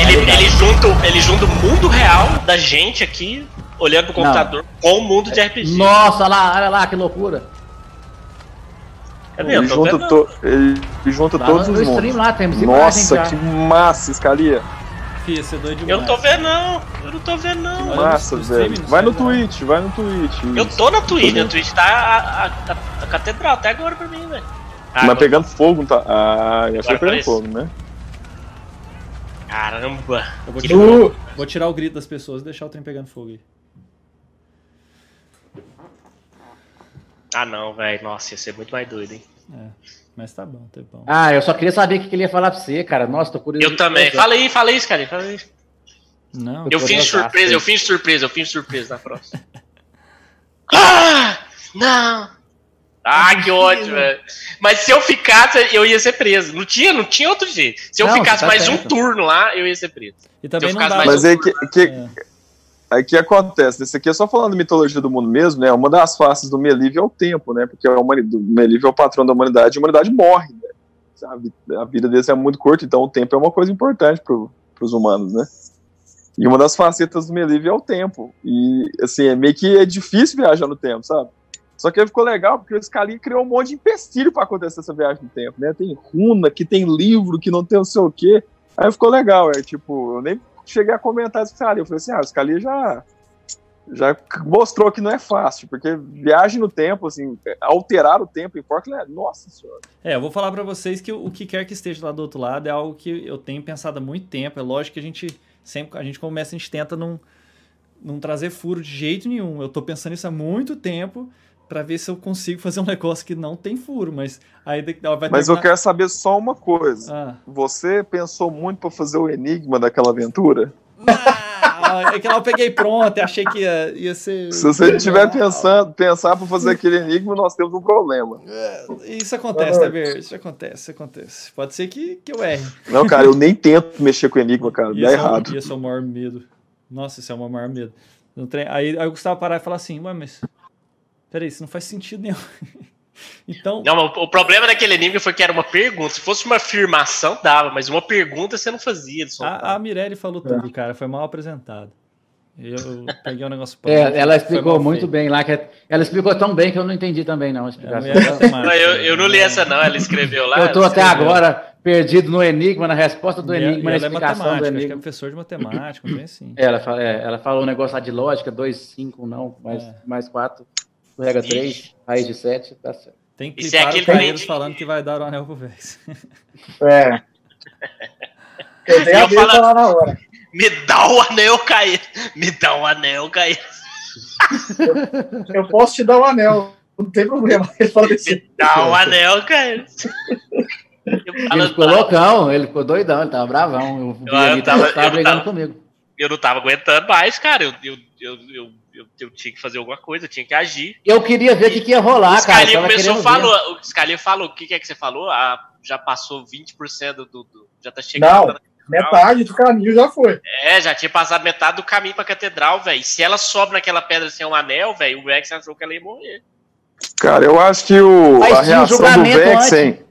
Ele, ele, junta, o- ele junta o mundo real da gente aqui, olhando pro
Não.
computador, com o mundo de RPG.
Nossa, olha lá, olha lá, que loucura.
Tá vendo?
Ele
Tô
junta,
vendo?
to- ele ele junta
Lá
todos
no,
os
no stream
mundos.
lá temos imagens
Nossa,
já.
que massa, Scalia.
Fih, você é doido demais.
Eu não tô vendo, não. Eu não tô vendo, não.
Olha
Massa,
no
velho.
stream, no
Vai no
celular.
Twitch, vai no Twitch.
Eu
isso.
tô na Twitch,
Tô
na Twitch tá a, a- a- a catedral até agora pra mim, velho. Ah,
Mas pegando fogo, não tá? Ah, eu achei que pegando
parece.
fogo, né?
Caramba!
Eu vou
Que
tirar,
Du,
vou tirar o grito das pessoas e deixar o trem pegando fogo aí.
Ah não, velho. Nossa, ia ser muito mais doido, hein?
É, mas tá bom, tá bom.
Ah, eu só queria saber o que que ele ia falar pra você, cara. Nossa, tô curioso.
Eu também. Fala aí, fala aí, cara. Fala aí.
Não,
Eu
tô
fiz
nervoso,
surpresa,
hein?
eu fiz surpresa, eu fiz surpresa na próxima. Ah! Não! Ah, que ódio, velho. Mas se eu ficasse, eu ia ser preso. Não tinha, não tinha outro jeito. Se eu
Não,
ficasse
você tá
mais um
certo.
turno lá, eu ia ser preso.
e também
eu
não
ficasse
dá.
mais
Mas aí que, que,
É,
Aí o que acontece? Esse aqui é só falando de mitologia do mundo mesmo, né? Uma das faces do Melive é o tempo, né? Porque a humani- o Melive é o patrão da humanidade e a humanidade morre, né? A vi- A vida deles é muito curta, então o tempo é uma coisa importante para os humanos, né? E uma das facetas do Melive é o tempo. E, assim, é meio que é difícil viajar no tempo, sabe? Só que aí ficou legal porque o Scalia criou um monte de empecilho para acontecer essa viagem no tempo, né? Tem runa, que tem livro, que não tem não sei o quê. Aí ficou legal, é tipo, eu nem cheguei a comentar isso com o Scalia. Eu falei assim, ah, o Scalia já, já mostrou que não é fácil, porque viagem no tempo, assim, alterar o tempo em Portland, é- nossa senhora.
É, eu vou falar pra vocês que o que quer que esteja lá do outro lado é algo que eu tenho pensado há muito tempo. É lógico que a gente sempre a gente começa, a gente tenta não, não trazer furo de jeito nenhum. Eu tô pensando isso há muito tempo pra ver se eu consigo fazer um negócio que não tem furo, mas é aí de- vai
Mas eu
terminar-
quero saber só uma coisa.
Ah.
Você pensou muito para fazer o enigma daquela aventura?
Ah, é que lá eu peguei pronto, eu achei que ia, ia ser.
Se você estiver pensando, pensar para fazer aquele enigma, nós temos um problema.
Isso acontece, tá vendo? Isso acontece, isso acontece. Pode ser que, que eu erre.
Não, cara, eu nem tento mexer com o enigma, cara,
E
dá
esse é o-
errado.
e esse é o maior medo. Nossa, esse é o meu maior medo. No trem- aí, aí o Gustavo parar e falar assim, ué, mas. Peraí, isso não faz sentido nenhum. então.
Não, mas o o problema daquele anime foi que era uma pergunta. Se fosse uma afirmação,
Ah,
dava, mas uma pergunta você não fazia. Só
É.
A, a Mirelle falou tudo, cara. Foi mal apresentado. Eu peguei um negócio
É, ela
Foi
explicou
mal
muito
feito.
bem lá. que é- Ela explicou tão bem que eu não entendi também, não. A
A
explicação.
mulher é matemática. é
Não, eu, eu não li essa, não. Ela escreveu lá.
ah, eu tô
ela
até
escreveu.
agora perdido no enigma, na resposta do
E ela-
enigma,
e
na
ela é
explicação do
matemática, acho que é
enigma.
professor de matemática, não assim.
Ela, fala- é, ela falou um negócio lá de lógica, 2, 5, não, mais,
É.
mais 4, regra
Ixi.
3, raiz de 7, tá certo.
Tem que
Isso
clipar
é aquele
os Palmeiras
que-
falando que vai dar o anel pro Vex.
É. Eu dei a
Eu
vida
falo-
lá na hora.
Me dá o anel, Caí. Me dá o anel, Caí.
Eu posso te dar o anel, não tem problema. Ele fala assim.
Dá o anel, Caí. Eu,
Ele
falo-
ficou loucão, ele ficou doidão, ele tava bravão. O Guilherme
Ah, tava-
tava, tava
eu
brigando
tava-
comigo.
eu não tava aguentando mais, cara. Eu, eu, eu, eu, eu, eu tinha que fazer alguma coisa, eu tinha que agir.
Eu queria ver o que, que ia rolar,
o
Ah, cara. eu
Scalinho
tava
começou
querendo
falou.
ver.
O Scalinho falou. O que, que é que você falou? Ah, já passou 20% do, do. Já tá
Não,
chegando.
metade do caminho já foi.
É, já tinha passado metade do caminho pra catedral, velho. Se ela sobe naquela pedra sem um anel, velho, o Vex achou que ela ia morrer.
Cara, eu acho que o,
Mas
a
tinha um
reação do
julgamento
Vexen.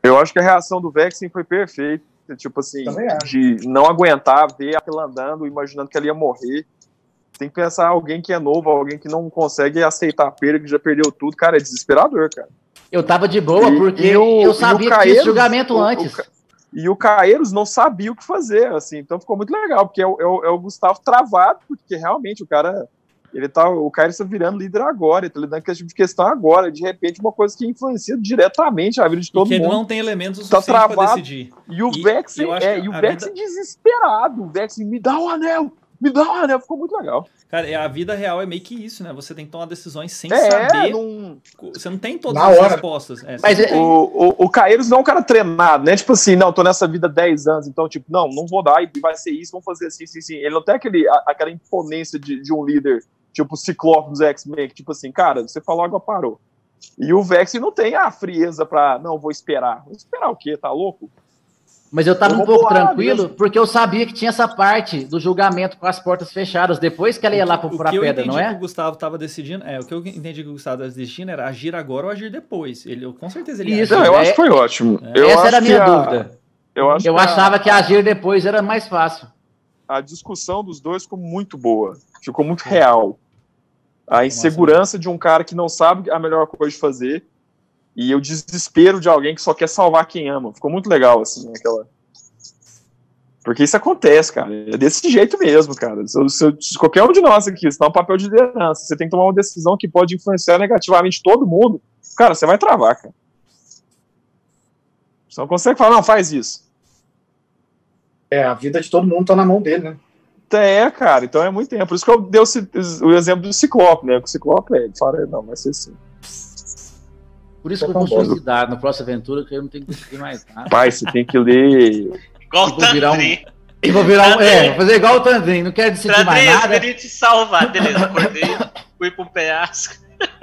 Eu acho que a reação do Vexen foi perfeita. Tipo assim,
Também acho.
de não aguentar ver aquilo andando, imaginando que ela ia morrer. Tem que pensar alguém que é novo, alguém que não consegue aceitar a perda, que já perdeu tudo. Cara, é desesperador, cara.
Eu tava de boa,
E-
porque
e o- e
eu
o
sabia que tinha
Caeiros,
esse julgamento
o- o
antes.
Ca- E o Caeiros não sabia o que fazer, assim. Então ficou muito legal, porque é o, é o- é o Gustavo travado, porque realmente o cara. Ele tá, o Caeiros tá virando líder agora, ele tá lidando com esse tipo de questão agora. De repente, uma coisa que influencia diretamente a vida de
E
todo
que ele
mundo.
não tem elementos
Tá
suficientes pra
travado.
decidir.
E o
e-
Vexen,
eu acho
é,
que
e o
a
Vexen desesperado. O Vexen, me dá um anel! Me dá um anel, ficou muito legal.
Cara, é, a vida real é meio que isso, né? Você tem que tomar decisões sem
É,
saber.
não,
Você não tem todas
Na
as
hora.
respostas. É,
Mas
você
é-
não tem.
o, o, o Caeiros não é um cara treinado, né? Tipo assim, não, tô nessa vida há 10 anos, então, tipo, não, não vou dar, e vai ser isso, vamos fazer assim, assim, assim. Ele não tem aquele, a- aquela imponência de, de um líder, tipo o Ciclope dos X-Men, que, tipo assim, cara, você falou, agora parou. E o Vex não tem a frieza pra, não, vou esperar. Vou esperar o quê? Tá louco?
Mas eu tava
Eu
um
vou
pouco
pular
tranquilo,
mesmo.
porque eu sabia que tinha essa parte do julgamento com as portas fechadas, depois que ela ia tá lá
O
pro
que-
furar
o que eu
pedra, não
entendi que
é?
o Gustavo tava decidindo, é, o que eu entendi que o Gustavo tava decidindo era agir agora ou agir depois. Ele, eu, com certeza ele ia
Isso,
agir.
Não, eu é- acho que
foi ótimo.
Essa era a minha dúvida.
Eu, acho
Eu
que a-
achava que agir depois era mais fácil.
a discussão dos dois ficou muito boa, ficou muito real. A insegurança de um cara que não sabe a melhor coisa de fazer e o desespero de alguém que só quer salvar quem ama. Ficou muito legal, assim, aquela. Porque isso acontece, cara. É desse jeito mesmo, cara. Se, eu- se eu- se qualquer um de nós aqui, isso dá um papel de liderança. Você tem que tomar uma decisão que pode influenciar negativamente todo mundo. Cara, você vai travar, cara. Você não consegue falar, não, faz isso.
É, a vida de todo mundo tá na mão dele, né?
É, cara, então é muito tempo. Por isso que eu dei o, ci- o exemplo do Ciclope, né? O Ciclope, ele fala, não, vai ser assim.
Por isso que eu
Tá
vou
bom.
suicidar no próximo aventura, que eu não tenho que decidir mais nada.
Pai, você tem que ler.
Igual
Eu
o
vou virar um-
Tandrin.
E vou virar um. É, vou fazer igual o Tandrin, não quero
Tá
decidir mais
Tandrin, eu
nada.
queria te salvar. Beleza, acordei, fui pra um penhasco.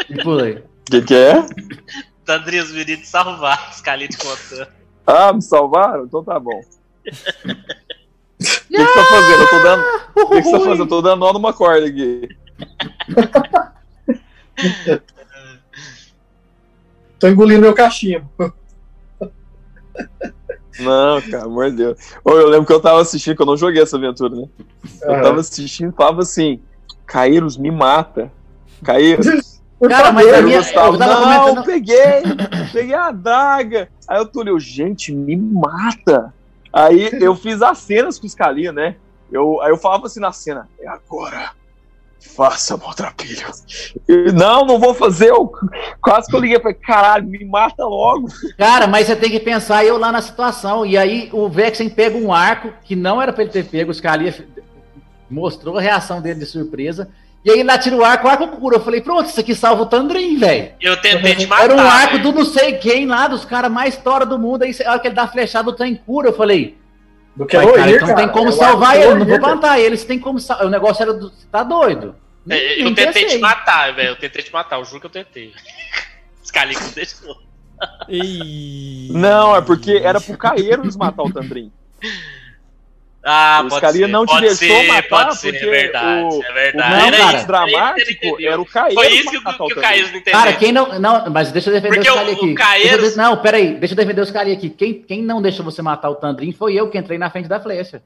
E pulei.
O que, que é?
Tandrin, eu queria te salvar. Scalinho te contando.
Ah, me salvaram? Então tá bom. O que, que você tá fazendo? Eu tô dando. O que, que você tá fazendo? Eu tô dando nó numa corda aqui.
Tô engolindo meu cachimbo.
Não, cara, amor de Deus. Ô, eu lembro que eu tava assistindo, que eu não joguei essa aventura, né?
É.
Eu tava assistindo e falava assim: Caíros me mata. Caíros,
Por
Cara, mas
favor,
a
Aí o
minha-
Gustavo,
é, eu tava
não,
comentando-
peguei, peguei a adaga. Aí eu tô olhando, gente, me mata. Aí eu fiz as cenas com os carinha, né? Eu, aí eu falava assim na cena, é agora, faça maltrapilho. E, não, não vou fazer. Eu, quase que eu liguei pra ele, caralho, me mata logo.
Cara, mas você tem que pensar eu lá na situação. E aí o Vexen pega um arco que não era pra ele ter pego, os caras ali mostrou a reação dele de surpresa. E aí ele lá tira o arco, o arco cura. Eu falei, pronto, isso aqui salva o Tandrin, velho.
Eu tentei te matar.
Era um arco
velho.
do não sei quem lá, dos caras mais tora do mundo. Aí a hora que ele dá a flechada, o Tandrin cura. Eu falei,
Do que
mas,
Eloir,
cara, então
cara.
tem como
Eu
salvar
acho
ele,
Eloir,
não vou
cara.
plantar ele. Se tem como salvar. O negócio era do. Você tá doido?
É, é, Eu
Nem
tentei te
pensei.
matar, velho. Eu tentei te matar. Eu juro que eu tentei. Scalinho não deixou.
Ei.
Não, é porque era pro Caeiros matar o Tandrin.
Ah,
Os
pode
carinha
ser.
não te
pode
deixou
ser,
matar,
pode ser,
porque
é verdade.
o-
é
O
verdade.
Não,
mais
Era isso, era
cara,
isso que ele
dramático
entendeu.
era o Caeiros
Foi isso que,
matar
o- que o
Tandrin.
Caíros não entendeu.
Cara, quem não. Não, mas deixa eu defender
Porque
os caras
o- o
aqui.
Caeiros-
Deixa eu de- Não, peraí, deixa eu defender os caras aqui. Quem, quem não deixou você matar o Tandrin foi eu que entrei na frente da flecha.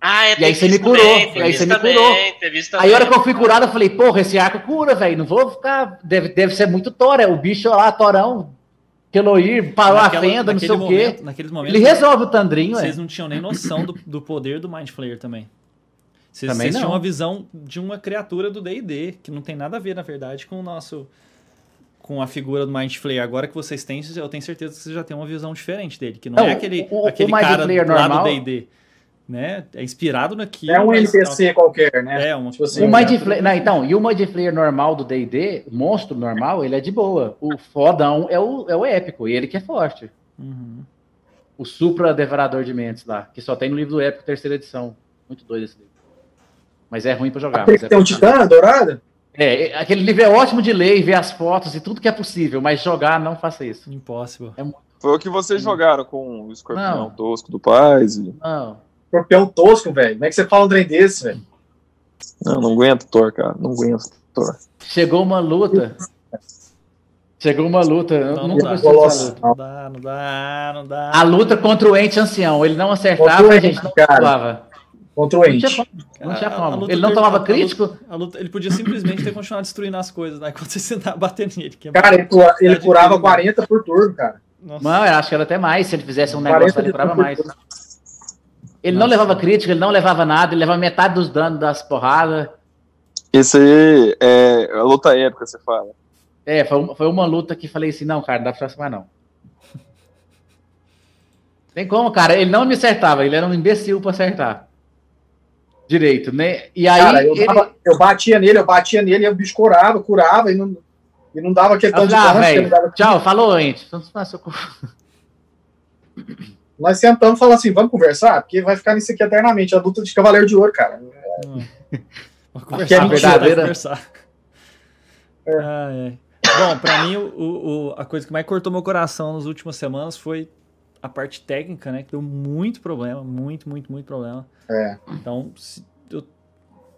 Ah, é,
E aí
teve
você me
isso
curou,
também, teve
aí
isso
você me
também,
curou.
teve isso
Aí a hora que
também.
eu fui curado, eu falei, porra, esse arco cura, velho. Não vou ficar. Deve, deve ser muito tora. é O bicho lá, torão, Keloir, parou a
Naquela-
fenda, Tá não
naquele
sei o quê.
momento- Naqueles momentos.
Ele resolve o Tandrinho,
Vocês
velho.
não tinham nem noção do, do poder do Mind Flayer também. Vocês,
Também
vocês
não.
tinham uma visão de uma criatura do D&D, que não tem nada a ver, na verdade, com o nosso... Com a figura do Mind Flayer. Agora que vocês têm, eu tenho certeza que vocês já têm uma visão diferente dele. Que não,
Não,
é aquele,
o- o-
aquele
o Mind
cara
Flayer
lá do
normal-
D&D. Né? É inspirado naquilo.
É um
mas-
NPC qualquer, né?
É, uma,
Tipo assim,
O
Sim,
Mind
criatura-
Flayer, não, então, e o Mind Flayer normal do D&D, o monstro normal, ele é de boa. O fodão é o, é o épico, e ele que é forte.
Uhum.
O Supra Devorador de Mentes lá, que só tem no livro do épico, terceira edição. Muito doido esse livro. Mas é ruim pra jogar.
Aquele
mas
que
é
tem um
bacana.
titã dourado?
É, é, aquele livro é ótimo de ler e ver as fotos e tudo que é possível, mas jogar não faça isso.
Impossible.
Foi o que vocês jogaram com o escorpião
Hum. Não.
tosco do Paz. e-
Não.
Escorpião tosco, velho. Como é que você fala um trem desse, velho?
Não, não aguento, Thor, cara. Não aguento, Thor.
Chegou uma luta. Chegou uma luta. eu
Então, Não, não
nunca
dá.
gostei dessa
Colossal.
luta.
Não dá, não dá, não dá.
A luta contra o ente ancião, ele não acertava,
Contra o
a gente
Ente,
não
cara.
pulava.
Contra o
Não tinha
Ente.
como. Não tinha
A- a- a
como.
luta
Ele não
dele- a
tomava
luta-
crítico?
a luta- ele podia simplesmente ter continuado destruindo as coisas, né? Quando você tentar bater nele. Que é-
Cara, ele, cura- ele
Tá
curava
difícil,
40 por turno, cara.
Nossa.
Não, eu acho que era até mais. Se ele fizesse um
40
negócio,
de
ele curava
turno
mais.
por turno.
Ele
Nossa.
não levava crítico, ele não levava nada, ele levava metade dos danos das porradas.
Esse aí é a luta épica, você fala.
É, foi, uma- foi uma luta que falei assim, não, cara, não dá pra aproximar, não. Tem como, cara, ele não me acertava, ele era um imbecil pra acertar. Direito, né? E aí,
Cara, eu,
ele...
dava- eu batia nele, eu batia nele, e o bicho curava, curava e não, e não dava aquele
Eu
tanto de
falei, ah,
dano, porque ele
velho,
dava-
tchau, falou, Então, gente.
Nós sentamos e falamos assim, vamos conversar? Porque vai ficar nisso aqui eternamente. A luta de Cavaleiro de Ouro, cara.
Vamos
que é
conversar,
mentira.
vamos tentar conversar. Ah, é. Bom, pra mim, o- o- o- a coisa que mais cortou meu coração nas últimas semanas foi a parte técnica, né? Que deu muito problema, muito, muito, muito problema.
É.
Então, se- eu,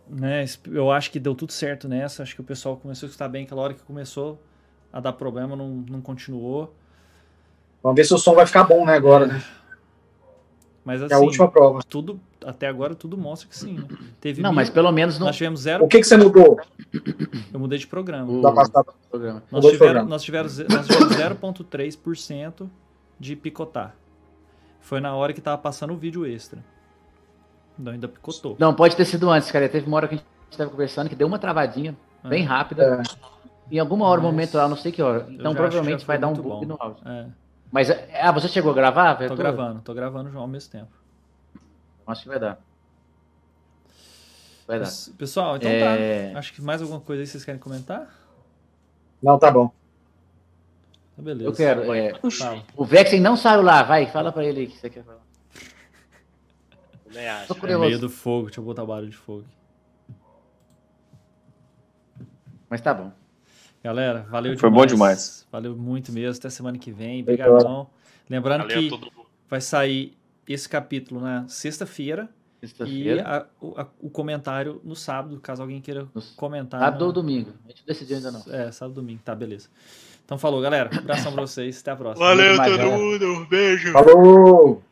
né, esp- eu acho que deu tudo certo nessa. Acho que o pessoal começou a escutar bem. Aquela hora que começou a dar problema, não, não continuou.
Vamos ver se o som vai ficar bom, né, agora, né?
Mas assim,
Que é a última prova.
tudo, até agora tudo mostra que sim. né? Teve
Não,
mil-
mas pelo menos não.
Nós tivemos zero.
O que, que você mudou
Eu mudei de programa.
Hum.
da passada?
programa.
Nós
Mudou de
tivemos,
programa.
nós tivemos, ze- nós tivemos 0,3% de picotar. Foi na hora que tava passando o vídeo extra. Então ainda picotou.
Não, pode ter sido antes, cara. Teve uma hora que a gente estava conversando que deu uma travadinha
É.
bem rápida. Em alguma hora,
Mas-
momento lá, não sei que hora. Então
já acho
provavelmente
que já
vai
foi
dar um
muito
bug
bom.
no áudio.
É,
Mas, ah, você chegou a gravar?
tô
Vitor?
gravando, tô gravando já ao mesmo tempo.
Acho que vai dar. Vai dar.
Pes- Pessoal, então
É.
tá. Acho que mais alguma coisa aí vocês querem comentar?
Não, tá bom.
Tá beleza.
Eu quero. é,
Fala.
o Vexen não saiu lá, vai, fala pra ele aí o que você quer falar.
Também acho.
Tô
É meio
curioso.
do fogo, deixa eu botar barulho de fogo.
Mas tá bom.
Galera, valeu
Foi bom demais.
Valeu muito mesmo. Até semana que vem.
Obrigado.
Obrigadão. Lembrando
Valeu
que
todo mundo.
vai sair esse capítulo na sexta-feira. E
Sexta-feira.
a- o, a- o comentário no sábado, caso alguém queira
Nos-
comentar.
Sábado
na-
ou domingo? A gente não decidiu ainda não.
É, sábado domingo. Tá, beleza. Então falou, galera. Abração pra vocês. Até a próxima.
Valeu
Muito
todo
bacana.
mundo, beijo.
Falou!